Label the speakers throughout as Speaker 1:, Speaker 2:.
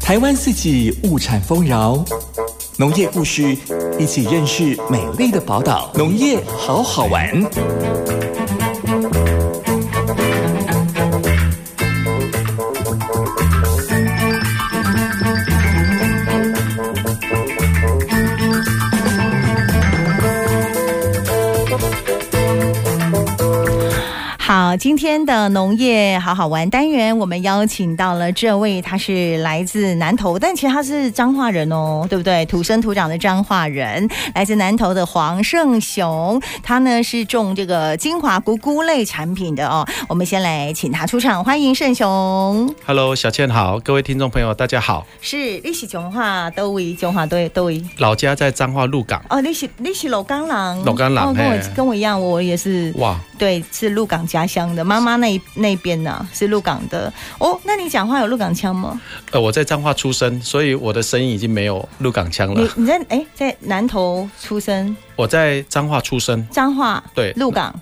Speaker 1: 台湾四季物产丰饶，农业故事，一起认识美丽的宝岛。农业好好玩。
Speaker 2: 好，今天的农业好好玩单元，我们邀请到了这位，他是来自南投，但其实他是彰化人哦，对不对？土生土长的彰化人，来自南投的黄胜雄，他呢是种这个金华菇菇类产品的哦。我们先来请他出场，欢迎胜雄。
Speaker 3: Hello，小倩好，各位听众朋友大家好，
Speaker 2: 是你是彰化都位，彰化都都位。
Speaker 3: 老家在彰化鹿港，
Speaker 2: 哦，你是你是老港人，
Speaker 3: 鹿港人
Speaker 2: 哦，跟
Speaker 3: 嘿
Speaker 2: 我跟我一样，我也是
Speaker 3: 哇，
Speaker 2: 对，是鹿港家乡的，妈妈那一那边呢、是鹿港的。哦，那你讲话有鹿港腔吗？
Speaker 3: 呃，我在彰化出生，所以我的声音已经没有鹿港腔
Speaker 2: 你
Speaker 3: 了。
Speaker 2: 你在哎在南投出生，
Speaker 3: 我在彰化出生，
Speaker 2: 彰化
Speaker 3: 对
Speaker 2: 鹿港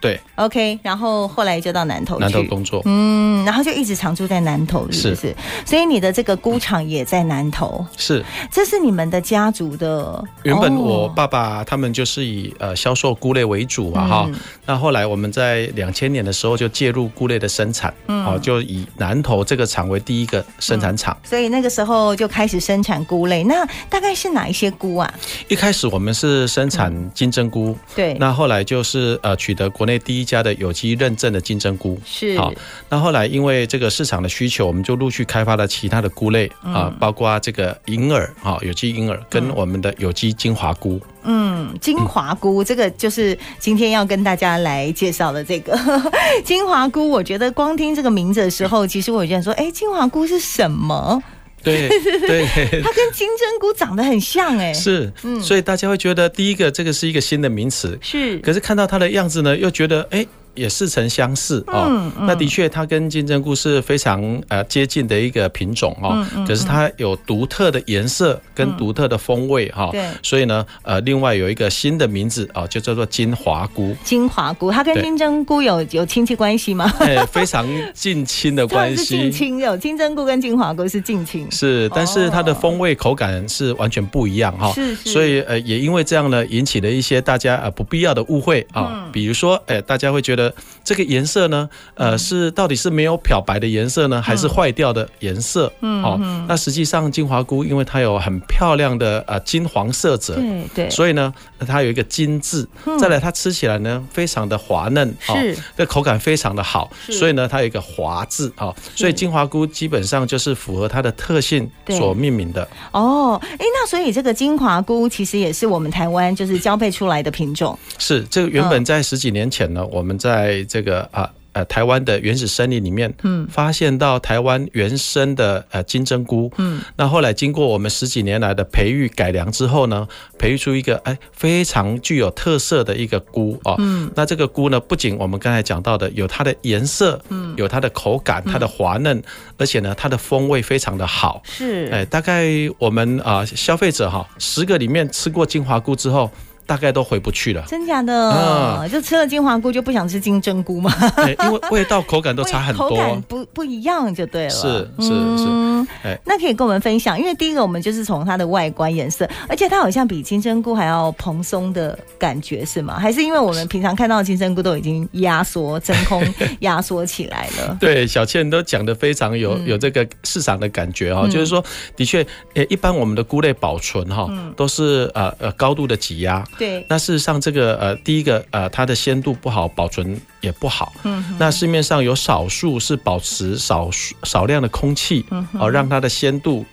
Speaker 3: 对，
Speaker 2: ，OK，然后后来就到南投
Speaker 3: 南投
Speaker 2: 去。
Speaker 3: 工作，
Speaker 2: 嗯，然后就一直常住在南投，是不是？所以你的这个菇场也在南投，
Speaker 3: 是
Speaker 2: 这是你们的家族的。
Speaker 3: 原本
Speaker 2: 哦
Speaker 3: 我爸爸他们就是以呃销售菇类为主嘛哈、
Speaker 2: 嗯
Speaker 3: 那后来我们在两千年的时候就介入菇类的生产，嗯、哦，就以南投这个厂为第一个生产厂。
Speaker 2: 所以那个时候就开始生产菇类，那大概是哪一些菇啊？
Speaker 3: 一开始我们是生产金针菇，
Speaker 2: 对，
Speaker 3: 那后来就是呃取得国内第一家的有机认证的金针菇，
Speaker 2: 是
Speaker 3: 好那后来因为这个市场的需求，我们就陆续开发了其他的菇类
Speaker 2: 嗯
Speaker 3: 啊，包括这个银耳啊，有机银耳跟我们的有机金华 菇。
Speaker 2: 嗯，金华菇、这个就是今天要跟大家来介绍的这个 金华菇。我觉得光听这个名字的时候，其实我就想说，哎，金华菇是什么？
Speaker 3: 对对
Speaker 2: 它跟金针菇长得很像、哎，
Speaker 3: 是，所以大家会觉得第一个这个是一个新的名词，
Speaker 2: 是
Speaker 3: 可是看到它的样子呢，又觉得哎。也似曾相识哦，
Speaker 2: 嗯
Speaker 3: 那的确，它跟金针菇是非常呃接近的一个品种哦，
Speaker 2: 嗯
Speaker 3: 可是它有独特的颜色跟独特的风味哈、
Speaker 2: 对
Speaker 3: 所以呢，呃，另外有一个新的名字啊、哦，就叫做金华菇。
Speaker 2: 金华菇，它跟
Speaker 3: 对
Speaker 2: 金针菇有有亲戚关系吗？
Speaker 3: 哎，非常近亲的
Speaker 2: 他们
Speaker 3: 关
Speaker 2: 是近
Speaker 3: 系。
Speaker 2: 亲的，金针菇跟金华菇是近亲。
Speaker 3: 是，但是它的风味口感是完全不一样哈、
Speaker 2: 哦是是
Speaker 3: 所以呃也因为这样呢，引起了一些大家呃不必要的误会啊、
Speaker 2: 嗯
Speaker 3: 比如说，哎、大家会觉得这个颜色呢，
Speaker 2: 嗯
Speaker 3: 呃是到底是没有漂白的颜色呢，还是坏掉的颜色？嗯，哦，那实际上金华菇因为它有很漂亮的呃金黄色泽，
Speaker 2: 对对，
Speaker 3: 所以呢，它有一个金字，再来它吃起来呢，非常的滑嫩哦
Speaker 2: 是，
Speaker 3: 那口感非常的好，
Speaker 2: 是
Speaker 3: 所以呢，它有一个滑字哦，所以金华菇基本上就是符合它的特性
Speaker 2: 对
Speaker 3: 所命名的，
Speaker 2: 哦，哎，那所以这个金华菇其实也是我们台湾就是交配出来的品种。
Speaker 3: 是这个原本在十几年前呢，我们在这个啊。呃，台湾的原始森林里面，嗯，发现到台湾原生的呃金针菇，嗯，那后来经过我们十几年来的培育改良之后呢，培育出一个哎非常具有特色的一个菇哦，嗯，那这个菇呢，不仅我们刚才讲到的有它的颜色，嗯，有它的口感，它的滑嫩，而且呢，它的风味非常的好，
Speaker 2: 是
Speaker 3: 哎，大概我们啊、消费者哈、十个里面吃过金华菇之后，大概都回不去了。
Speaker 2: 真假的、
Speaker 3: 啊
Speaker 2: 就吃了金华菇就不想吃金针菇吗？
Speaker 3: 哎，因为味道口感都差很
Speaker 2: 口感
Speaker 3: 多。
Speaker 2: 不不一样就对了。
Speaker 3: 是是是
Speaker 2: 嗯
Speaker 3: 哎
Speaker 2: 那可以跟我们分享，因为第一个我们就是从它的外观颜色，而且它好像比金针菇还要蓬松的感觉是吗？还是因为我们平常看到的金针菇都已经压缩真空 压缩起来了？
Speaker 3: 对，小倩都讲的非常有、
Speaker 2: 嗯
Speaker 3: 有这个市场的感觉哈、就是说，的确，呃，一般我们的菇类保存哈、
Speaker 2: 嗯
Speaker 3: 都是呃呃高度的挤压。
Speaker 2: 对，
Speaker 3: 那事实上，这个呃，第一个呃，它的鲜度不好，保存也不好。嗯，那市面上有少数是保持少数少量的空气，嗯、哦，让它的鲜度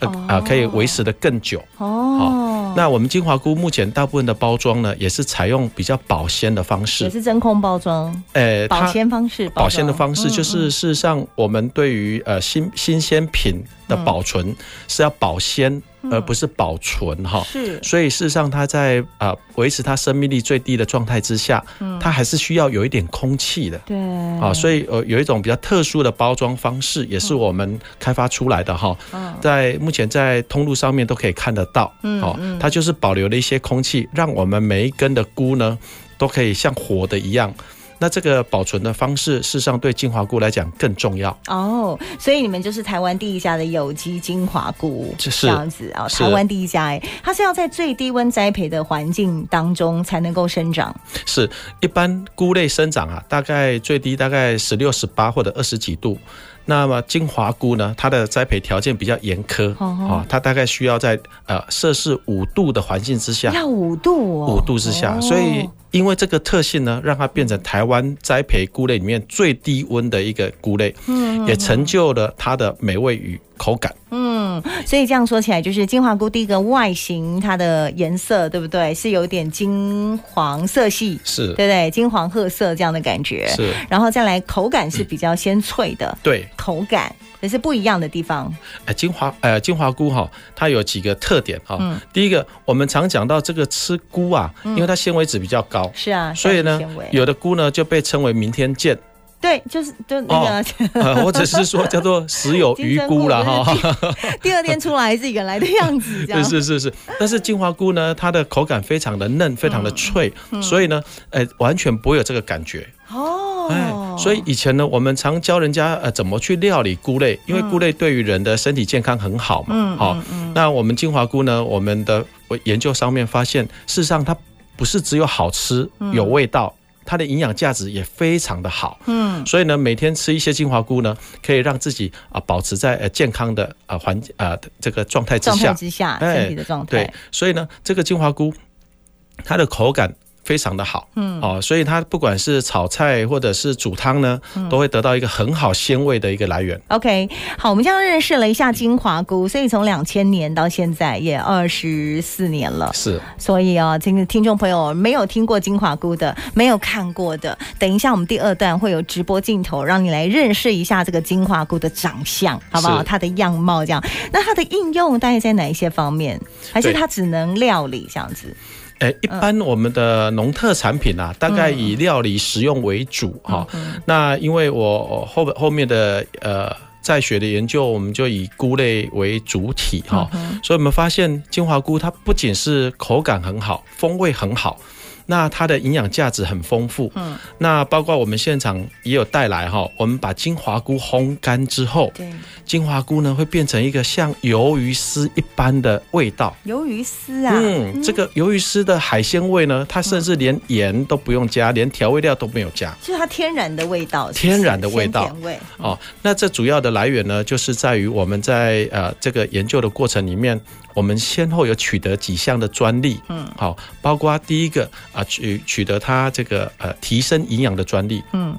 Speaker 3: 呃啊、
Speaker 2: 哦
Speaker 3: 可以维持的更久。
Speaker 2: 哦，
Speaker 3: 那我们金华菇目前大部分的包装呢，也是采用比较保鲜的方
Speaker 2: 也
Speaker 3: 式。
Speaker 2: 是真空包装，
Speaker 3: 呃，
Speaker 2: 保
Speaker 3: 它
Speaker 2: 鲜方式，
Speaker 3: 保鲜的方式，
Speaker 2: 嗯
Speaker 3: 就是事实上我们对于呃新新鲜品的
Speaker 2: 嗯
Speaker 3: 保存是要保鲜，而不是保存哈。
Speaker 2: 是
Speaker 3: 所以事实上，它在呃维持它生命力最低的状态之下，
Speaker 2: 嗯
Speaker 3: 它还是需要有一点空气的。
Speaker 2: 对
Speaker 3: 啊，所以呃，有一种比较特殊的包装方式，也是我们开发出来的哈、在目前在通路上面都可以看得到。嗯，哦，它就是保留了一些空气，让我们每一根的菇呢，都可以像活的一样。那这个保存的方式，事实上对金华菇来讲更重要。
Speaker 2: 哦，所以你们就是台湾第一家的有机精华菇，
Speaker 3: 这是
Speaker 2: 这样子啊、哦，
Speaker 3: 是
Speaker 2: 台湾第一家哎，它是要在最低温栽培的环境当中才能够生长，
Speaker 3: 是一般菇类生长啊，大概最低大概十六、十八或者二十几度。那么金华菇呢，它的栽培条件比较严苛啊、
Speaker 2: 哦
Speaker 3: 它大概需要在呃摄氏五度的环境之下，
Speaker 2: 要五度哦，
Speaker 3: 五度之下，所以
Speaker 2: 哦
Speaker 3: 因为这个特性呢，让它变成台湾栽培菇类里面最低温的一个菇类，嗯，也成就了它的美味与口感。
Speaker 2: 所以这样说起来，就是金华菇第一个外形，它的颜色对不对？是有点金黄色系，
Speaker 3: 是
Speaker 2: 对不对？金黄褐色这样的感觉。
Speaker 3: 是，嗯
Speaker 2: 然后再来口感是比较鲜脆的，
Speaker 3: 对，
Speaker 2: 口感也是不一样的地方。
Speaker 3: 呃，金华呃金华菇哈、它有几个特点哈、第一个，我们常讲到这个吃菇啊，因为它纤维质比较高。
Speaker 2: 是啊，
Speaker 3: 所以
Speaker 2: 膳食
Speaker 3: 呢
Speaker 2: 纤维，
Speaker 3: 有的菇呢就被称为明天见，
Speaker 2: 对，就是就 那个、
Speaker 3: 呃，或者是说叫做时有余哦菇了哈。
Speaker 2: 第二天出来是原来的样子，这样
Speaker 3: 是是是是，但是金华菇呢，它的口感非常的嫩，非
Speaker 2: 嗯
Speaker 3: 常的脆，所以呢，呃，完全不会有这个感觉。
Speaker 2: 哦。
Speaker 3: 哎，所以以前呢，我们常教人家呃怎么去料理菇类，因为
Speaker 2: 嗯
Speaker 3: 菇类对于人的身体健康很好嘛。好、那我们金华菇呢，我们的研究上面发现，事实上它不是只有好吃
Speaker 2: 嗯
Speaker 3: 有味道。它的营养价值也非常的好，嗯，所以呢，每天吃一些金华菇呢，可以让自己啊、保持在呃健康的啊环啊这个状态之
Speaker 2: 状态
Speaker 3: 下，
Speaker 2: 之下，
Speaker 3: 哎
Speaker 2: 身体的状态
Speaker 3: 对，，所以呢，这个金华菇它的口感非常的好，嗯，哦，所以它不管是炒菜或者是煮汤呢，都会得到一个很好鲜味的一个来源。
Speaker 2: OK，好，我们这样认识了一下金华菇，所以从两千年到现在也二十四年了。
Speaker 3: 是，
Speaker 2: 所以啊，这个听众朋友没有听过金华菇的，没有看过的，等一下我们第二段会有直播镜头，让你来认识一下这个金华菇的长相，好不好？
Speaker 3: 是
Speaker 2: 它的样貌这样，那它的应用大概在哪一些方面？还是
Speaker 3: 对
Speaker 2: 它只能料理这样子？
Speaker 3: 哎，一般我们的农特产品啊，大概以料理食用为主哈、那因为我我后后面的呃。在学的研究，我们就以菇类为主体哈、所以我们发现金华菇它不仅是口感很好，风味很好，那它的营养价值很丰富。嗯，那包括我们现场也有带来哈，我们把金华菇烘干之后，
Speaker 2: 对，
Speaker 3: 金华菇呢会变成一个像鱿鱼丝一般的味道。
Speaker 2: 鱿鱼丝啊，
Speaker 3: 嗯，这个鱿鱼丝的海鲜味呢，它甚至连盐都不用加，连调味料都没有加。
Speaker 2: 就是它天然的味道，是不是
Speaker 3: 天然的味道
Speaker 2: 鲜甜味。
Speaker 3: 哦，那这主要的来源呢，就是在于我们在呃这个研究的过程里面，我们先后有取得几项的专利，嗯，好、包括第一个啊、取取得它这个呃提升营养的专利，
Speaker 2: 嗯，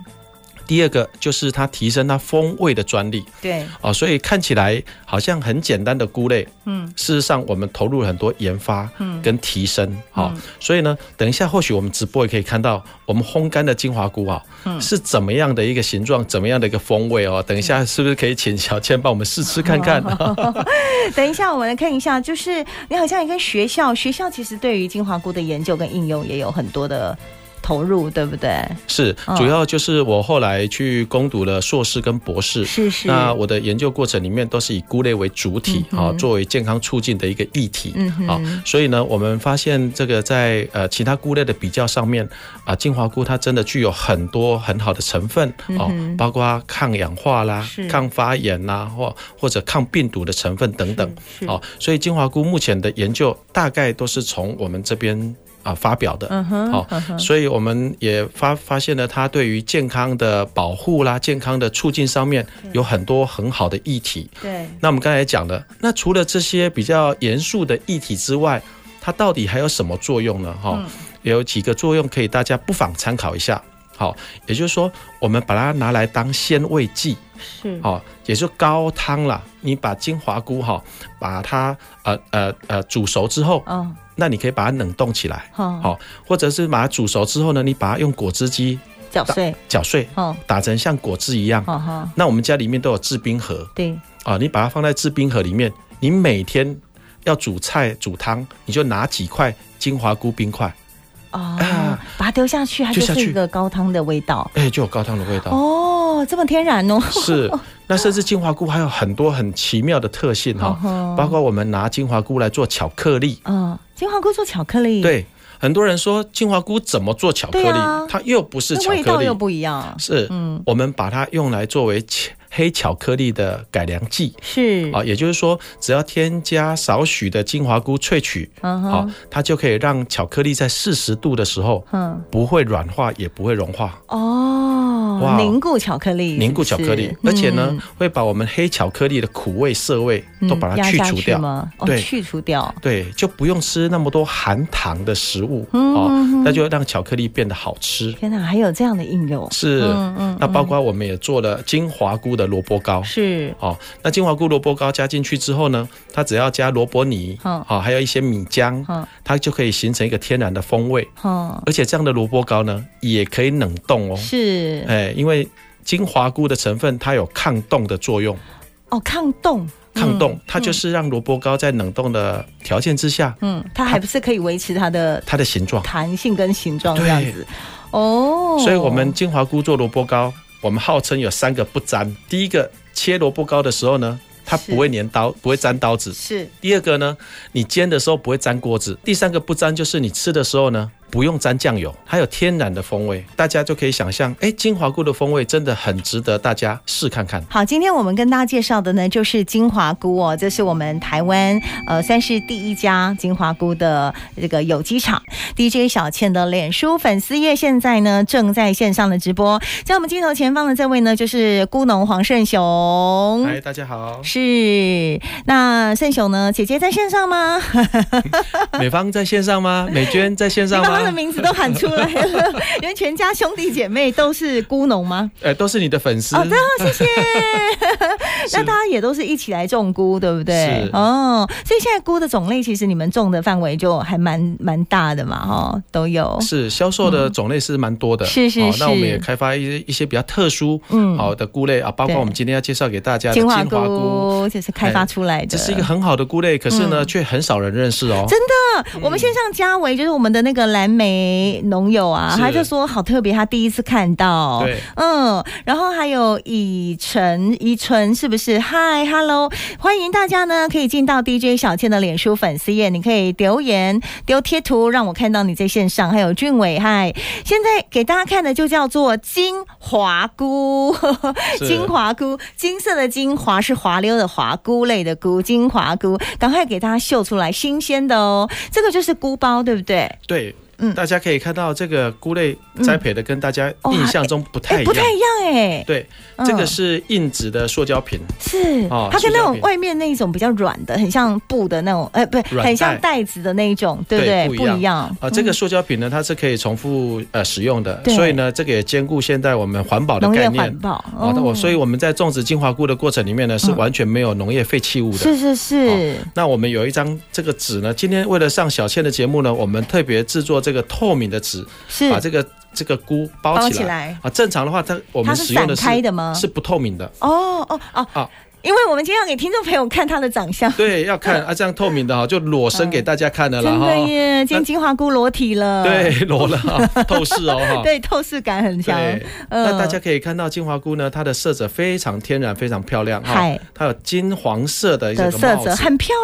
Speaker 3: 第二个就是它提升它风味的专利，
Speaker 2: 对，
Speaker 3: 哦，所以看起来好像很简单的菇类，嗯，事实上我们投入了很多研发，嗯，跟提升，好、所以呢，等一下或许我们直播也可以看到我们烘干的金华菇啊、是怎么样的一个形状，怎么样的一个风味哦，等一下是不是可以请小倩帮我们试吃看 看？哦
Speaker 2: 等一下我们来看一下，就是你好像也跟学校，学校其实对于金华菇的研究跟应用也有很多的投入，对不对？
Speaker 3: 是，主要就是我后来去攻读了硕士跟博士，
Speaker 2: 是是
Speaker 3: 那我的研究过程里面都是以菇类为主体啊、作为健康促进的一个议题
Speaker 2: 嗯哼
Speaker 3: 啊、所以呢，我们发现这个在呃其他菇类的比较上面啊，金华菇它真的具有很多很好的成分哦、包括抗氧化啦
Speaker 2: 嗯是、
Speaker 3: 抗发炎啦，或或者抗病毒的成分等等
Speaker 2: 嗯是是
Speaker 3: 哦、所以金华菇目前的研究大概都是从我们这边。啊，发表的，
Speaker 2: 嗯哼，
Speaker 3: 好、
Speaker 2: 嗯哼
Speaker 3: 所以我们也发发现了它对于健康的保护啦、健康的促进上面有很多很好的议题。
Speaker 2: 对，
Speaker 3: 那我们刚才讲的，那除了这些比较严肃的议题之外，它到底还有什么作用呢？
Speaker 2: 嗯
Speaker 3: 哈、有几个作用可以大家不妨参考一下。好，也就是说，我们把它拿来当鲜味剂，
Speaker 2: 是
Speaker 3: 好、也就高汤啦。你把金华菇哈、把它呃呃呃煮熟之后，
Speaker 2: 哦，
Speaker 3: 那你可以把它冷冻起来。
Speaker 2: 好，
Speaker 3: 好，或者是把它煮熟之后呢，你把它用果汁机
Speaker 2: 搅碎，
Speaker 3: 搅碎，
Speaker 2: 哦，
Speaker 3: 打成像果汁一样。
Speaker 2: 好好，
Speaker 3: 那我们家里面都有制冰盒
Speaker 2: 对，
Speaker 3: 啊，你把它放在制冰盒里面，你每天要煮菜煮汤，你就拿几块金华菇冰块，
Speaker 2: 哦
Speaker 3: 啊，
Speaker 2: 把它丢下去，它就
Speaker 3: 丢下
Speaker 2: 是
Speaker 3: 去
Speaker 2: 一个高汤的味道。
Speaker 3: 哎，就有高汤的味道。
Speaker 2: 哦，这么天然哦，
Speaker 3: 是，那甚至金华菇还有很多很奇妙的特性哈、
Speaker 2: 哦吼
Speaker 3: 包括我们拿金华菇来做巧克力，
Speaker 2: 嗯，金华菇做巧克力，，
Speaker 3: 对。很多人说金华菇怎么做巧克力，
Speaker 2: 对啊
Speaker 3: 它又不是
Speaker 2: 那
Speaker 3: 巧
Speaker 2: 味
Speaker 3: 克
Speaker 2: 道
Speaker 3: 力
Speaker 2: 又，不一样，
Speaker 3: 是、
Speaker 2: 嗯
Speaker 3: 我们把它用来作为切黑巧克力的改良剂。
Speaker 2: 是
Speaker 3: 啊，也就是说，只要添加少许的金华菇萃取，
Speaker 2: 嗯哼
Speaker 3: 好、它就可以让巧克力在四十度的时候
Speaker 2: 嗯
Speaker 3: 不会软化，也不会融化，
Speaker 2: 哦
Speaker 3: 哇，
Speaker 2: 凝固巧克力是不是，
Speaker 3: 凝固巧克力。而且呢，会把我们黑巧克力的苦味、涩味
Speaker 2: 嗯，
Speaker 3: 都把它
Speaker 2: 压
Speaker 3: 去
Speaker 2: 下
Speaker 3: 除
Speaker 2: 去
Speaker 3: 掉。
Speaker 2: 吗？哦，
Speaker 3: 对
Speaker 2: 去除掉，
Speaker 3: 对，就不用吃那么多含糖的食物
Speaker 2: 嗯
Speaker 3: 哦，那就让巧克力变得好吃。
Speaker 2: 天哪，还有这样的应用，
Speaker 3: 是，
Speaker 2: 嗯
Speaker 3: 那包括我们也做了金华菇的萝卜糕。
Speaker 2: 是
Speaker 3: 哦，那金华菇萝卜糕加进去之后呢，它只要加萝卜泥，
Speaker 2: 嗯
Speaker 3: 哦，还有一些米浆
Speaker 2: 嗯，
Speaker 3: 它就可以形成一个天然的风味。
Speaker 2: 哈，
Speaker 3: 而且这样的萝卜糕呢，也可以冷冻哦，
Speaker 2: 是
Speaker 3: 哎，因为金华菇的成分它有抗冻的作用，
Speaker 2: 哦，抗冻，
Speaker 3: 抗冻它就是让萝卜糕在冷冻的条件之下，
Speaker 2: 嗯，它还不是可以维持它的
Speaker 3: 它的形状。
Speaker 2: 弹性跟形状这
Speaker 3: 对
Speaker 2: 样子，哦，
Speaker 3: 所以，我们金华菇做萝卜糕，我们号称有三个不粘。第一个，切萝卜糕的时候呢，它
Speaker 2: 是
Speaker 3: 不会粘刀，不会粘刀子；
Speaker 2: 是
Speaker 3: 第二个呢，你煎的时候不会粘锅子；第三个不粘就是你吃的时候呢，不用沾酱油，还有天然的风味。大家就可以想象，哎，金华菇的风味真的很值得大家试看看。
Speaker 2: 好，今天我们跟大家介绍的呢，就是金华菇哦，这是我们台湾呃算是第一家金华菇的这个有机厂。DJ 小倩的脸书粉丝页现在呢正在线上的直播，在我们镜头前方的这位呢就是菇农黄胜雄。，
Speaker 3: 哎，大家好
Speaker 2: 是，那胜雄呢？姐姐在线上吗？
Speaker 3: 美芳在线 上吗？美娟在线
Speaker 2: 你
Speaker 3: 上
Speaker 2: 把他的
Speaker 3: 吗？
Speaker 2: 名字都喊出来了， 因为全家兄弟姐妹都是菇农吗？
Speaker 3: 哎，都是你的粉丝。
Speaker 2: 哦，对哦，谢谢。那大家也都是一起来种菇，对不对
Speaker 3: 是？
Speaker 2: 哦，所以现在菇的种类其实你们种的范围就还蛮蛮大的嘛，哦，都有。
Speaker 3: 嗯是销售的种类是蛮多的，
Speaker 2: 嗯是是
Speaker 3: 哦
Speaker 2: 是
Speaker 3: 那我们也开发一些一些比较特殊
Speaker 2: 嗯
Speaker 3: 好的菇类啊，包括
Speaker 2: 对
Speaker 3: 我们今天要介绍给大家的
Speaker 2: 金
Speaker 3: 金
Speaker 2: 华
Speaker 3: 华菇，哎
Speaker 2: 菇就是开发出来的，
Speaker 3: 这是一个很好的菇类，可是呢却很少人认识哦。
Speaker 2: 嗯真的，我们线上嘉维就是我们的那个蓝莓农友啊，
Speaker 3: 是
Speaker 2: 他就说好特别，他第一次看到。
Speaker 3: 对，
Speaker 2: 嗯，然后还有以晨、以纯，是不是？嗨，hello，欢迎大家呢，可以进到 DJ 小倩的脸书粉丝页，你可以留言、丢贴图，让我看到你在线上。还有俊伟，嗨，现在给大家看的就叫做金华菇，
Speaker 3: 是
Speaker 2: 金华菇，金色的金华是滑溜的滑，菇类的菇，金华菇，赶快给大家秀出来，新鲜的哦。这个就是菇包，对不对？
Speaker 3: 对
Speaker 2: 嗯，
Speaker 3: 大家可以看到这个菇类栽培的跟大家
Speaker 2: 哇
Speaker 3: 印象中不太
Speaker 2: 哎，
Speaker 3: 一
Speaker 2: 不
Speaker 3: 样
Speaker 2: 太。一样哎，
Speaker 3: 对，
Speaker 2: 嗯
Speaker 3: 这个是硬质的塑胶瓶，
Speaker 2: 是
Speaker 3: 哦
Speaker 2: 它跟那
Speaker 3: 塑胶
Speaker 2: 种
Speaker 3: 品
Speaker 2: 外面那一种比较软的，很像布的那种，哎，不是，
Speaker 3: 软
Speaker 2: 很像
Speaker 3: 袋
Speaker 2: 袋子的那一种，对不对？
Speaker 3: 不一样
Speaker 2: 样
Speaker 3: 啊，这个塑胶瓶呢，它是可以重复呃使用的，
Speaker 2: 嗯对
Speaker 3: 所以呢，这个也兼顾现在我们环保的
Speaker 2: 农
Speaker 3: 概
Speaker 2: 业
Speaker 3: 念
Speaker 2: 环。保嗯
Speaker 3: 哦，那我所以我们在种植金华菇的过程里面呢，是完全没有农业废弃物的。哦
Speaker 2: 是是是，
Speaker 3: 那我们有一张这个纸呢，今天为了上小倩的节目呢，我们特别制作这个透明的纸，
Speaker 2: 是
Speaker 3: 把这个这个菇包起来。
Speaker 2: 嗯来。
Speaker 3: 啊，正常的话，它我
Speaker 2: 它
Speaker 3: 们
Speaker 2: 是
Speaker 3: 使用
Speaker 2: 散
Speaker 3: 的是
Speaker 2: 开的吗？
Speaker 3: 是不透明的，
Speaker 2: 哦哦哦
Speaker 3: 啊，
Speaker 2: 因为我们今天要给听众朋友看它的长相。
Speaker 3: 对，要 看啊，这样透明的哈，就裸身给大家看的啦
Speaker 2: 真
Speaker 3: 哈
Speaker 2: 的，耶，今天金华菇裸体了。
Speaker 3: 对，裸了哈，透视哦哈。
Speaker 2: 对，呃透视感很强。嗯
Speaker 3: 对，那大家可以看到金华菇呢，它的色泽非常天然，非常漂亮哈
Speaker 2: 嗨，
Speaker 3: 它有金黄色的一个
Speaker 2: 的色
Speaker 3: 帽
Speaker 2: 泽
Speaker 3: 子，
Speaker 2: 很漂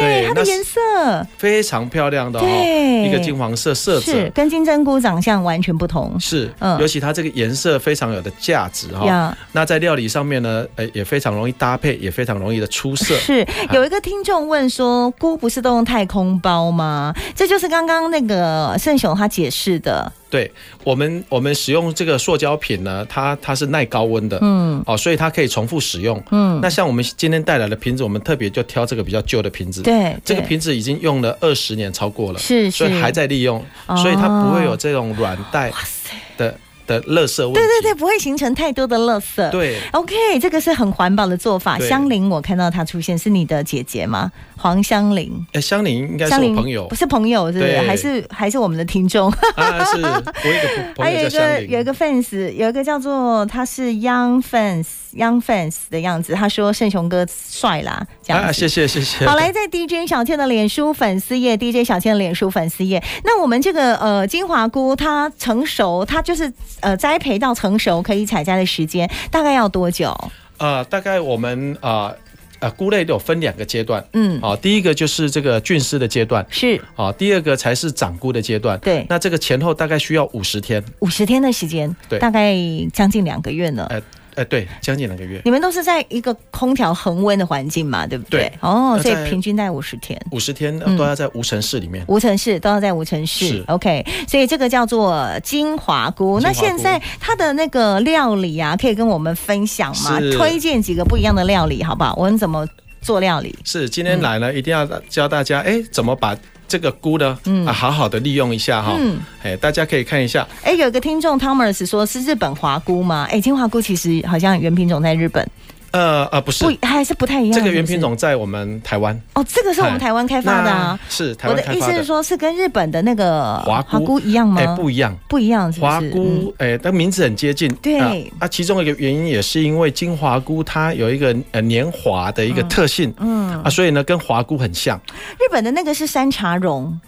Speaker 2: 亮哎，
Speaker 3: 对
Speaker 2: 它的
Speaker 3: 那是
Speaker 2: 颜色
Speaker 3: 非常漂亮的哈，
Speaker 2: 对
Speaker 3: 一个金黄色色泽
Speaker 2: 是。跟金针菇长相完全不同。
Speaker 3: 是，哦
Speaker 2: 嗯
Speaker 3: 尤其它这个颜色非常有的价值哈、
Speaker 2: 呀
Speaker 3: 那在料理上面呢，呃，也非常容易搭配，也非常容易的出 色。
Speaker 2: 是有一个听众问说，菇不是都用太空包吗？这就是刚刚那个盛雄他解释的，
Speaker 3: 对我们，我们使用这个塑胶品呢，它它是耐高温的，
Speaker 2: 嗯
Speaker 3: 哦，所以它可以重复使用。
Speaker 2: 嗯，
Speaker 3: 那像我们今天带来的瓶子，我们特别就挑这个比较旧的瓶子，
Speaker 2: 对，
Speaker 3: 这个
Speaker 2: 对
Speaker 3: 瓶子已经用了二十年超过了，
Speaker 2: 是
Speaker 3: 所
Speaker 2: 是
Speaker 3: 以还，在利用，
Speaker 2: 哦
Speaker 3: 所以它不会有这种软袋
Speaker 2: 哇塞，
Speaker 3: 的的垃圾问题。
Speaker 2: 对对对，不会形成太多的垃圾。
Speaker 3: 对
Speaker 2: OK，这个是很环保的做法。
Speaker 3: 对
Speaker 2: 香菱，我看到她出现，是你的姐姐吗？黄香菱，
Speaker 3: 哎，香菱应该是
Speaker 2: 香
Speaker 3: 我
Speaker 2: 菱
Speaker 3: 朋友
Speaker 2: 不是朋友，是不是？
Speaker 3: 对
Speaker 2: 还是还是我们的听 众？
Speaker 3: 啊，是我有一个朋
Speaker 2: 还哎有
Speaker 3: 友
Speaker 2: 一
Speaker 3: 叫香
Speaker 2: 个
Speaker 3: 菱，
Speaker 2: 有一个 fans，有一个叫做他是 young fans young fans 的样子，他说盛雄哥帅啦，这样子。
Speaker 3: 啊，谢谢谢谢。
Speaker 2: 好，来在 DJ 小倩的脸书粉丝页，DJ 小倩的脸书粉丝页。那我们这个呃金华菇，它成熟，它就是呃栽培到成熟可以采摘的时间大概要多久？
Speaker 3: 呃，大概我们啊、呃呃菇类有分两个阶段，
Speaker 2: 嗯，
Speaker 3: 啊，第一个就是这个菌丝的阶段，
Speaker 2: 是
Speaker 3: 啊，第二个才是长菇的阶段。
Speaker 2: 对
Speaker 3: 那这个前后大概需要五十天，
Speaker 2: 五十天的时间，
Speaker 3: 对
Speaker 2: 大概将近两个月呢。
Speaker 3: 呃呃，对，将近两个月，
Speaker 2: 你们都是在一个空调恒温的环境嘛，对不对？
Speaker 3: 对
Speaker 2: 哦，
Speaker 3: 那
Speaker 2: 所以
Speaker 3: 在
Speaker 2: 平均在五十天。
Speaker 3: 五十天呃
Speaker 2: 嗯
Speaker 3: 都要在无尘室里面。
Speaker 2: 无尘室都要在无尘室
Speaker 3: 是
Speaker 2: ，OK，所以这个叫做金华菇。
Speaker 3: 金华菇
Speaker 2: 那现在它的那个料理啊，可以跟我们分享吗？
Speaker 3: 是
Speaker 2: 推荐几个不一样的料理，好不好？我们怎么做料理？
Speaker 3: 是，今天来
Speaker 2: 嗯
Speaker 3: 呢，一定要教大家，哎，怎么把这个菇呢，啊，好好的利用一下哈。
Speaker 2: 嗯
Speaker 3: 哎，大家可以看一下，
Speaker 2: 哎，有一个听众 Thomas 说是日本华菇吗？哎，金华菇其实好像原品种在日本，
Speaker 3: 呃呃，不是
Speaker 2: 不，还是不太一样。
Speaker 3: 这个
Speaker 2: 是
Speaker 3: 原
Speaker 2: 不是
Speaker 3: 品种在我们台湾
Speaker 2: 哦，这个是我们
Speaker 3: 哎
Speaker 2: 台湾开发的啊。
Speaker 3: 那是台
Speaker 2: 我
Speaker 3: 湾
Speaker 2: 的
Speaker 3: 开
Speaker 2: 意
Speaker 3: 发
Speaker 2: 思是说，是跟日本的那个
Speaker 3: 华菇
Speaker 2: 一样吗？
Speaker 3: 哎，不一样。
Speaker 2: 不一样，是不是
Speaker 3: 华
Speaker 2: 嗯
Speaker 3: 菇，哎、但名字很接近。
Speaker 2: 对
Speaker 3: 啊啊，其中一个原因也是因为金华菇它有一个呃黏滑的一个特性，嗯啊，所以呢跟华菇很像。
Speaker 2: 日本的那个是山茶蓉，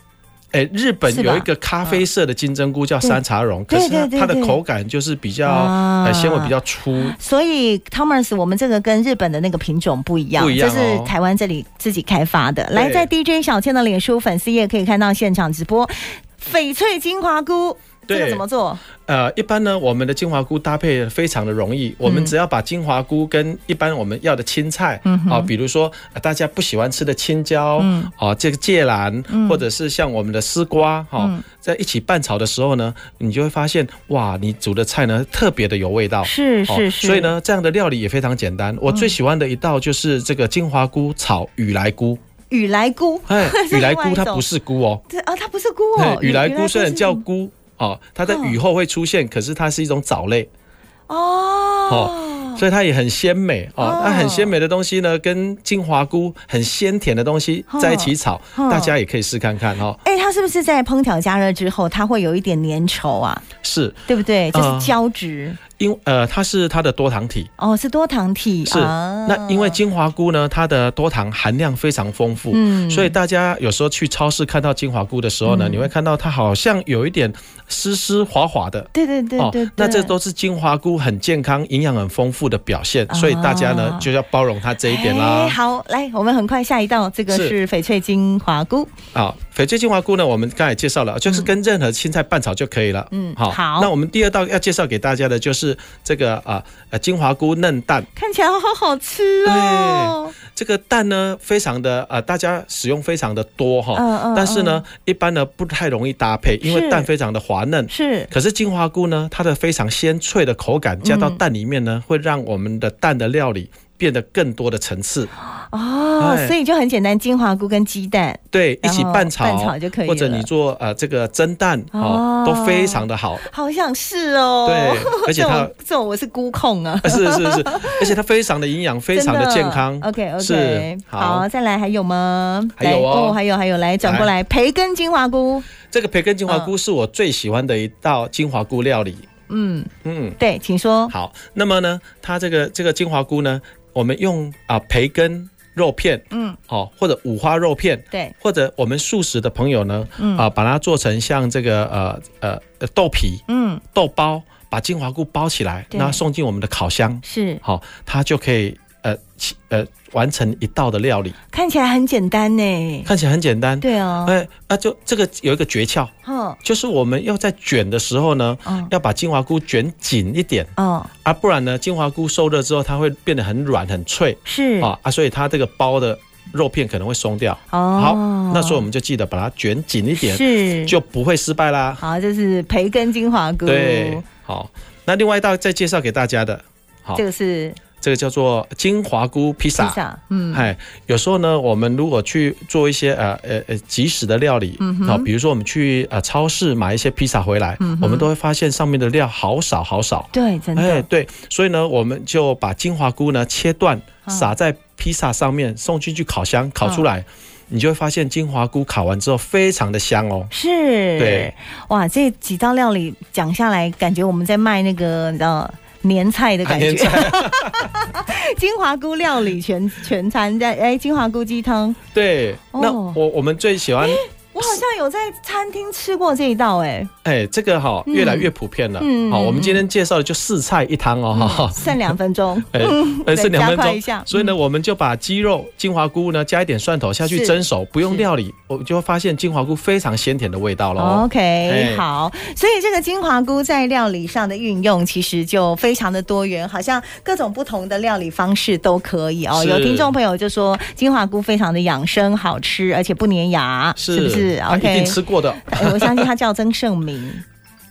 Speaker 3: 哎、日本
Speaker 2: 是吧嗯
Speaker 3: 有一个咖啡色的金针菇叫山茶蓉，
Speaker 2: 对
Speaker 3: 可是它
Speaker 2: 对对
Speaker 3: 它的
Speaker 2: 对
Speaker 3: 口感就是比较
Speaker 2: 啊
Speaker 3: 呃纤维比较粗，
Speaker 2: 所以 Thomas，我们这个跟日本的那个品种不一样，
Speaker 3: 不一样哦
Speaker 2: 这是台湾这里自己开发的。来，在 DJ 小倩的脸书粉丝页可以看到现场直播翡翠金华菇。这
Speaker 3: 对
Speaker 2: 个怎么做？
Speaker 3: 呃，一般呢，我们的金华菇搭配非常的容
Speaker 2: 嗯
Speaker 3: 易，我们只要把金华菇跟一般我们要的青菜，嗯、啊，比如说、呃大家不喜欢吃的青椒，嗯、啊，这个芥兰，
Speaker 2: 嗯
Speaker 3: 或者是像我们的丝瓜，哈、在一起拌炒的时候呢，你就会发现，哇，你煮的菜呢特别的有味道。
Speaker 2: 是
Speaker 3: 哦
Speaker 2: 是是，嗯
Speaker 3: 所以，呢，这样的料理也非常简单。我最喜欢的一道就是这个金华菇炒雨来菇。
Speaker 2: 雨来菇，，
Speaker 3: 哎
Speaker 2: 是
Speaker 3: 雨来
Speaker 2: 另外一
Speaker 3: 菇它
Speaker 2: 种
Speaker 3: 不是菇哦，
Speaker 2: 这啊，它不是菇哦，
Speaker 3: 对雨来菇虽然
Speaker 2: 是
Speaker 3: 叫菇哦，它在
Speaker 2: 哦
Speaker 3: 雨后会出现，可是它是一种藻类。
Speaker 2: 哦，
Speaker 3: 所以它也很鲜美
Speaker 2: 哦
Speaker 3: 哦。那很鲜美的东西呢，跟金华菇很鲜甜的东西
Speaker 2: 哦
Speaker 3: 在一起炒，
Speaker 2: 哦
Speaker 3: 大家也可以试看看哦。
Speaker 2: 哎，它是不是在烹调加热之后，它会有一点粘稠啊？
Speaker 3: 是
Speaker 2: 对不对？就是
Speaker 3: 啊
Speaker 2: 胶质、
Speaker 3: 因呃，它是它的多糖体。
Speaker 2: 哦，是多糖体
Speaker 3: 是，
Speaker 2: 啊
Speaker 3: 那因为金华菇呢，它的多糖含量非常丰富，
Speaker 2: 嗯
Speaker 3: 所以大家有时候去超市看到金华菇的时候呢，你会看到它好像有一点湿湿滑滑的，
Speaker 2: 对对对对对、
Speaker 3: 哦那这都是金华菇很健康、营养很丰富的表现，
Speaker 2: 啊
Speaker 3: 所以大家呢就要包容它这一点
Speaker 2: 哎
Speaker 3: 啦。
Speaker 2: 好，来，我们很快下一道，这个是
Speaker 3: 是
Speaker 2: 翡翠金华菇。
Speaker 3: 好，翡翠金华菇呢，我们刚才介绍了，就是跟任何青菜拌炒就可以了。
Speaker 2: 嗯好
Speaker 3: 那我们第二道要介绍给大家的就是这个啊呃金华菇嫩蛋，
Speaker 2: 看起来好好吃哦。
Speaker 3: 这个蛋呢非常的呃大家使用非常的多哈，
Speaker 2: 嗯嗯
Speaker 3: 但是呢、一般呢不太容易搭配，因
Speaker 2: 是
Speaker 3: 为蛋非常的滑嫩。
Speaker 2: 嗯是
Speaker 3: 可是金华菇呢，它的非常鲜脆的口感加到
Speaker 2: 嗯
Speaker 3: 蛋里面呢，会让我们的蛋的料理变得更多的层次。
Speaker 2: 哦，
Speaker 3: 哎
Speaker 2: 所以就很简单，金华菇跟鸡蛋。
Speaker 3: 对，一起
Speaker 2: 然后
Speaker 3: 拌炒，
Speaker 2: 拌炒就可以
Speaker 3: 或者
Speaker 2: 了
Speaker 3: 你做呃这个蒸蛋
Speaker 2: 哦
Speaker 3: 哦，都非常的好。
Speaker 2: 好想是哦，
Speaker 3: 对而且它
Speaker 2: 这种这种我是菇控啊，
Speaker 3: 啊 是是是，而且它非常的营养，非常的健康。
Speaker 2: OK OK，
Speaker 3: 是
Speaker 2: 好，
Speaker 3: 好。
Speaker 2: 再来还有吗？
Speaker 3: 还有
Speaker 2: 来
Speaker 3: 哦
Speaker 2: 还有还有，来转过来，培根金华菇，
Speaker 3: 这个培根金华菇是我最喜欢的一道金华菇料理。
Speaker 2: 嗯，
Speaker 3: 嗯，
Speaker 2: 对，请说。
Speaker 3: 好。那么呢，它这个这个金华菇呢，我们用啊、培根肉片，
Speaker 2: 嗯，
Speaker 3: 哦，或者五花肉片。
Speaker 2: 对，
Speaker 3: 或者我们素食的朋友呢，啊、
Speaker 2: 嗯
Speaker 3: 把它做成像这个呃呃呃豆皮、
Speaker 2: 嗯，
Speaker 3: 豆包，把金华菇包起来，
Speaker 2: 对
Speaker 3: 然后送进我们的烤箱，
Speaker 2: 是
Speaker 3: 好、它就可以呃起呃完成一道的料理，
Speaker 2: 看起来很简单呢。
Speaker 3: 看起来很简单，
Speaker 2: 对哦，
Speaker 3: 哎，那就这个有一个诀窍，
Speaker 2: 哼，
Speaker 3: 就是我们要在卷的时候呢，
Speaker 2: 嗯
Speaker 3: 要把金华菇卷紧一点
Speaker 2: 哦，
Speaker 3: 啊，不然呢，金华菇受热之后，它会变得很软很脆
Speaker 2: 是
Speaker 3: 啊啊，所以它这个包的肉片可能会松掉。
Speaker 2: 哦
Speaker 3: 好，那所以我们就记得把它卷紧一点，
Speaker 2: 是
Speaker 3: 就不会失败啦。
Speaker 2: 好，嗯这是培根金华菇，
Speaker 3: 对，好，那另外一道再介绍给大家的，好
Speaker 2: 这，个是
Speaker 3: 这个叫做金华菇披
Speaker 2: 披
Speaker 3: 萨。
Speaker 2: 萨，嗯，
Speaker 3: 哎，有时候呢，我们如果去做一些呃呃呃即食的料理，
Speaker 2: 嗯哼
Speaker 3: 好、比如说我们去呃超市买一些披萨回来，
Speaker 2: 嗯哼
Speaker 3: 我们都会发现上面的料好少好少。
Speaker 2: 对，真的，
Speaker 3: 哎，对，所以呢，我们就把金华菇呢切断，
Speaker 2: 嗯
Speaker 3: 撒在披萨上面，送进去烤箱烤出来，
Speaker 2: 啊
Speaker 3: 你就会发现金华菇烤完之后非常的香哦。
Speaker 2: 是，
Speaker 3: 对，
Speaker 2: 哇，这几道料理讲下来，感觉我们在卖那个，你知道。年菜的感觉，
Speaker 3: 啊年菜
Speaker 2: 金华菇料理全全餐在哎，金华菇鸡汤，
Speaker 3: 对，那
Speaker 2: 哦
Speaker 3: 我我们最喜欢
Speaker 2: 我好像有在餐厅吃过这一道哎、
Speaker 3: 哎，这个哈、越来越普遍了。好、
Speaker 2: 嗯
Speaker 3: 我们今天介绍的就四菜一汤哦，哈、
Speaker 2: 剩两分钟
Speaker 3: ，哎，
Speaker 2: 对
Speaker 3: 呃，剩两
Speaker 2: 嗯加
Speaker 3: 分
Speaker 2: 快
Speaker 3: 钟
Speaker 2: 一下，嗯
Speaker 3: 所以呢，我们就把鸡肉、金华菇呢加一点蒜头下去
Speaker 2: 是
Speaker 3: 蒸熟，不用
Speaker 2: 是哦
Speaker 3: 料理，我就会发现金华菇非常鲜甜的味道喽。
Speaker 2: OK，
Speaker 3: 哎
Speaker 2: 好，所以这个金华菇在料理上的运用其实就非常的多元，好像各种不同的料理方式都可以哦。
Speaker 3: 是
Speaker 2: 有听众朋友就说金华菇非常的养生，好吃，而且不粘牙，是不是
Speaker 3: 啊，一
Speaker 2: ？OK，
Speaker 3: 定吃过的。
Speaker 2: 哎我相信他叫曾盛明，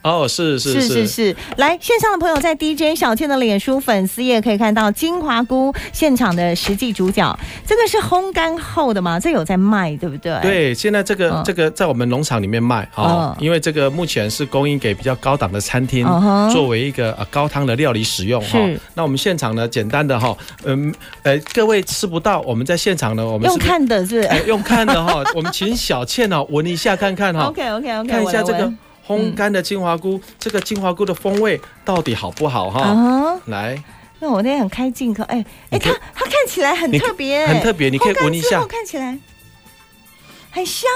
Speaker 3: 哦，是
Speaker 2: 是
Speaker 3: 是是
Speaker 2: 是，来线上的朋友在 DJ 小倩的脸书粉丝页可以看到金华菇现场的实际主角，这个是烘干后的吗？这有在卖，对不对？，
Speaker 3: 对，现在这个、
Speaker 2: 嗯
Speaker 3: 这个在我们农场里面卖哦，
Speaker 2: 嗯
Speaker 3: 因为这个目前是供应给比较高档的餐厅、
Speaker 2: 嗯哼
Speaker 3: 作为一个呃高汤的料理使用哈、
Speaker 2: 是
Speaker 3: 那我们现场呢，简单的哈、嗯呃，各位吃不到，我们在现场呢，我们
Speaker 2: 用
Speaker 3: 是不是
Speaker 2: 看的是不是。
Speaker 3: 哎用看的哈、我们请小倩哦闻一下看看哈、
Speaker 2: OK OK OK，
Speaker 3: 看一下这个烘
Speaker 2: 嗯
Speaker 3: 干的金华菇，这个金华菇的风味到底好不好哈、
Speaker 2: 啊哈，
Speaker 3: 来，
Speaker 2: 那我那天很开镜头，哎哎，
Speaker 3: 你可
Speaker 2: 它
Speaker 3: 以
Speaker 2: 它看起来很
Speaker 3: 你
Speaker 2: 特别，哎
Speaker 3: 很特别，你可以
Speaker 2: 烘干
Speaker 3: 闻一
Speaker 2: 之
Speaker 3: 下
Speaker 2: 后，看起来很香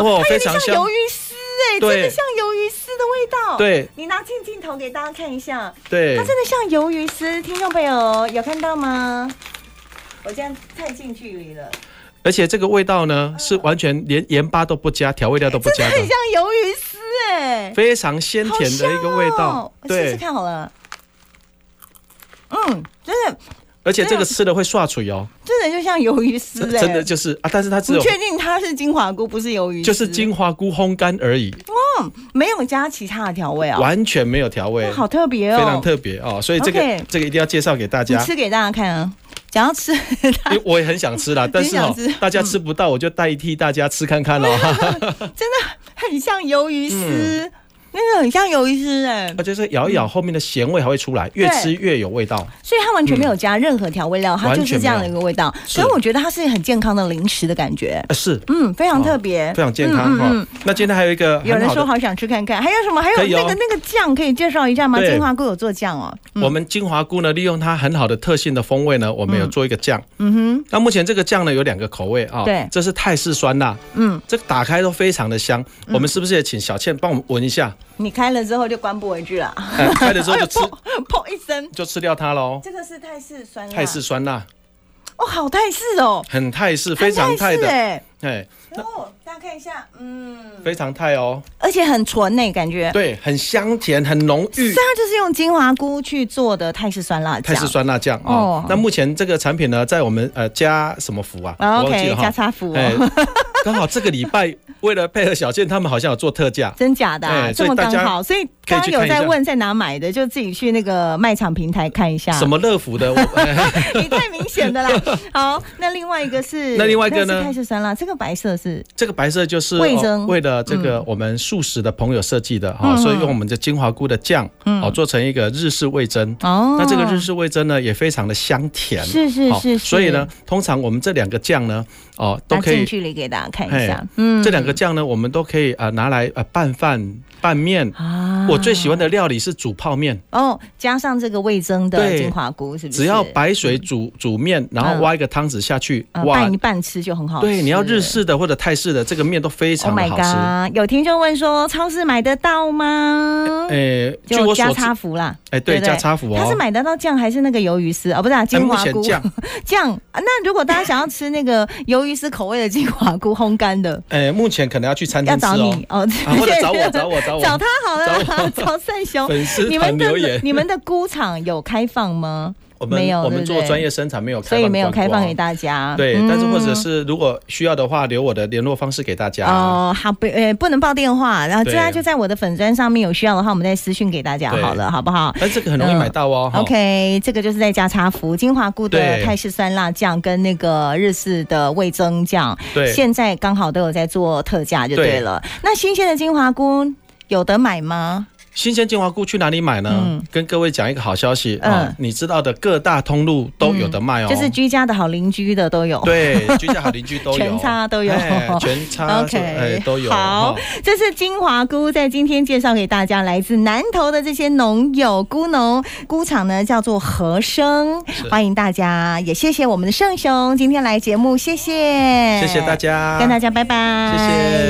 Speaker 3: 哇
Speaker 2: 哦，它有
Speaker 3: 非
Speaker 2: 点
Speaker 3: 常
Speaker 2: 像
Speaker 3: 香
Speaker 2: 鱿鱼丝哎，真
Speaker 3: 对
Speaker 2: 的像鱿鱼丝的味道。，
Speaker 3: 对
Speaker 2: 你拿近镜头给大家看一下，
Speaker 3: 对
Speaker 2: 它真，的像鱿鱼丝，听众朋友有看到吗？我这样太近距离了，
Speaker 3: 而且这个味道呢是完全连盐巴都不加，调味料都不加的
Speaker 2: 很。像鱿鱼丝哎，
Speaker 3: 非常鲜
Speaker 2: 好
Speaker 3: 甜的一个味
Speaker 2: 香
Speaker 3: 道
Speaker 2: 哦，我试试
Speaker 3: 对，
Speaker 2: 看好了。嗯，真的，
Speaker 3: 而且这个吃了会刷嘴哦，
Speaker 2: 真的就像鱿鱼丝
Speaker 3: 这
Speaker 2: 哎，
Speaker 3: 真的就是啊，但是它只
Speaker 2: 你
Speaker 3: 有
Speaker 2: 确定它是金华菇，不是鱿鱼丝？
Speaker 3: 就是金华菇烘干而已，
Speaker 2: 没有加其他的调味啊、
Speaker 3: 完全没有调味
Speaker 2: 哇，，好特别哦，
Speaker 3: 非常特别哦，所以这个
Speaker 2: OK
Speaker 3: 这个一定要介绍给大
Speaker 2: 你
Speaker 3: 家，
Speaker 2: 吃给大家看啊。讲到吃，
Speaker 3: 因为我也很想吃 啦，但是哦
Speaker 2: 你想吃，嗯
Speaker 3: 大家吃不到，我就代替大家吃看看 喽，
Speaker 2: 很像鱿鱼
Speaker 3: 嗯
Speaker 2: 丝，那个很像鱿鱼丝哎、
Speaker 3: 而且是咬一咬后面的咸味还会出来，越吃越有味道，
Speaker 2: 所以它完全没有加任何调味料，它
Speaker 3: 嗯完全
Speaker 2: 就是这样的一个味道。
Speaker 3: 是
Speaker 2: 所以我觉得它是很健康的零食的感觉，
Speaker 3: 呃是
Speaker 2: 嗯，非常特别，
Speaker 3: 非常健康
Speaker 2: 嗯嗯嗯
Speaker 3: 哈。那今天还有一个
Speaker 2: 有
Speaker 3: 很
Speaker 2: 人
Speaker 3: 好
Speaker 2: 说
Speaker 3: 的，
Speaker 2: 好想吃看看，还有什么？还有
Speaker 3: 可以哦
Speaker 2: 那个那个酱可以介绍一下吗？
Speaker 3: 对
Speaker 2: 金华菇有做酱哦，
Speaker 3: 我们金华菇呢，利用它很好的特性的风味呢，我们有做一个酱。
Speaker 2: 嗯
Speaker 3: 那目前这个酱呢有两个口味啊、
Speaker 2: 对
Speaker 3: 这是泰式酸辣，
Speaker 2: 哼，嗯，
Speaker 3: 这个打开都非常的香。我们是不是也请小倩帮我们闻 一下？
Speaker 2: 你开了之后就关不回去了，
Speaker 3: 哎开了之后就吃、
Speaker 2: 砰一声，
Speaker 3: 就吃掉它喽。
Speaker 2: 这个是泰式酸辣，
Speaker 3: 泰式酸辣，
Speaker 2: 哦，好泰式哦，
Speaker 3: 很泰式，非常
Speaker 2: 很泰
Speaker 3: 泰
Speaker 2: 式
Speaker 3: 的，
Speaker 2: 哎。
Speaker 3: 哎，
Speaker 2: 哦，大家看一下，嗯，
Speaker 3: 非常泰哦。
Speaker 2: 而且很纯呢、感觉。
Speaker 3: 对，很香甜，很浓郁
Speaker 2: 所以。它就是用金华菇去做的泰式酸辣
Speaker 3: 泰
Speaker 2: 酱。
Speaker 3: 式酸辣酱
Speaker 2: 哦
Speaker 3: 哦，那目前这个产品呢，在我们呃家什么福啊？
Speaker 2: 啊
Speaker 3: 我忘
Speaker 2: ，OK，
Speaker 3: 记了
Speaker 2: 加
Speaker 3: 哈。
Speaker 2: 叉福、哦，
Speaker 3: 哎，刚好这个礼拜为了配合小倩，他们好像有做特 价。
Speaker 2: 真假的、啊
Speaker 3: 哎
Speaker 2: 这
Speaker 3: 所以
Speaker 2: 么刚
Speaker 3: 大
Speaker 2: 好。
Speaker 3: 家
Speaker 2: 所以刚刚
Speaker 3: 可以去
Speaker 2: 有
Speaker 3: 看一下
Speaker 2: 在问在哪买的，就自己去那个卖场平台看一下。
Speaker 3: 什？么乐福的，我
Speaker 2: 你太明显的啦。好，那另外一个是
Speaker 3: 那另外一个呢
Speaker 2: 那是泰式酸辣，这个白色是
Speaker 3: 这个白色就是
Speaker 2: 味增嗯
Speaker 3: 哦为了这个我们素食的朋友设计的哈、所以用我们的金华菇的酱、哦做成一个日式味增。
Speaker 2: 嗯哦。
Speaker 3: 那这个日式味增呢，也非常的香甜。
Speaker 2: 是是
Speaker 3: 好
Speaker 2: 是是
Speaker 3: 所以呢，通常我们这两个酱呢，哦，都
Speaker 2: 拿
Speaker 3: 可
Speaker 2: 近
Speaker 3: 以。
Speaker 2: 距离给大家看一下
Speaker 3: 嘿。
Speaker 2: 嗯
Speaker 3: 这两个酱呢，我们都可以呃拿来呃拌饭、拌面。
Speaker 2: 啊
Speaker 3: 我最喜欢的料理是煮泡面，
Speaker 2: 哦，加上这个味增的
Speaker 3: 对
Speaker 2: 金华菇，是不是？
Speaker 3: 只要白水煮煮面，然
Speaker 2: 嗯
Speaker 3: 后挖一个汤匙下去，
Speaker 2: 呃
Speaker 3: 哇
Speaker 2: 拌一，拌吃就很好吃了。
Speaker 3: 对，你要日式的或者泰式的，这个面都非
Speaker 2: Oh
Speaker 3: 常的
Speaker 2: my
Speaker 3: 好吃。
Speaker 2: god！有听众问说，超市买得到吗？
Speaker 3: 诶、哎呃据
Speaker 2: 就
Speaker 3: 我
Speaker 2: 加
Speaker 3: 所知，
Speaker 2: 差福啦，
Speaker 3: 哎，
Speaker 2: 对
Speaker 3: 对，
Speaker 2: 不对
Speaker 3: 加叉福哦。
Speaker 2: 他是买得到酱还是那个鱿鱼丝啊？不是啊，金华
Speaker 3: 哎
Speaker 2: 菇
Speaker 3: 目前酱
Speaker 2: 酱啊那如果大家想要吃那个鱿鱼丝口味的金华菇烘干 的，
Speaker 3: 哎，目前可能要去餐
Speaker 2: 要
Speaker 3: 厅吃
Speaker 2: 找
Speaker 3: 哦
Speaker 2: 你，哦，
Speaker 3: 啊，或者 找我，找我，找我，
Speaker 2: 找他好了，
Speaker 3: 找
Speaker 2: 找盛雄。
Speaker 3: 粉丝
Speaker 2: 你
Speaker 3: 团
Speaker 2: 们
Speaker 3: 留
Speaker 2: 的
Speaker 3: 言。
Speaker 2: 你们的菇场有开放吗？
Speaker 3: 我们
Speaker 2: 没有
Speaker 3: 我们
Speaker 2: 对不
Speaker 3: 做
Speaker 2: 对
Speaker 3: 专业生产没有开
Speaker 2: 所
Speaker 3: 放，
Speaker 2: 以没有开放给。大家。
Speaker 3: 哦对，但是或者
Speaker 2: 嗯
Speaker 3: 是如果需要的话，留我的联络方式给大家。
Speaker 2: 哦，好不，呃，不能报电话，然后这
Speaker 3: 对
Speaker 2: 家就在我的粉砖上面，有需要的话，我们再私讯给大家
Speaker 3: 对
Speaker 2: 好了，好不好？
Speaker 3: 但这个很容易买到哦。哈
Speaker 2: 嗯 OK，这个就是在加茶福金华菇的
Speaker 3: 对
Speaker 2: 泰式酸辣酱跟那个日式的味增酱，
Speaker 3: 对，
Speaker 2: 现在刚好都有在做特价，就对
Speaker 3: 对
Speaker 2: 了。那新鲜的金华菇有得买吗？
Speaker 3: 新鲜金华菇去哪里买呢
Speaker 2: 嗯？
Speaker 3: 跟各位讲一个好消息啊
Speaker 2: 嗯，
Speaker 3: 你知道的各大通路都有的卖哦。
Speaker 2: 就是居家的好邻居的都有。
Speaker 3: 对，居家好邻居都有，
Speaker 2: 全差都有
Speaker 3: 哎全差
Speaker 2: OK，
Speaker 3: 哎都有。
Speaker 2: 好
Speaker 3: 哈
Speaker 2: 这是金华菇在今天介绍给大家，来自南投的这些农友菇农菇场呢，叫做和生，
Speaker 3: 是
Speaker 2: 欢迎大家，也谢谢我们的盛雄今天来节目，谢谢，
Speaker 3: 谢谢大。家，
Speaker 2: 跟大家拜拜，
Speaker 3: 谢谢。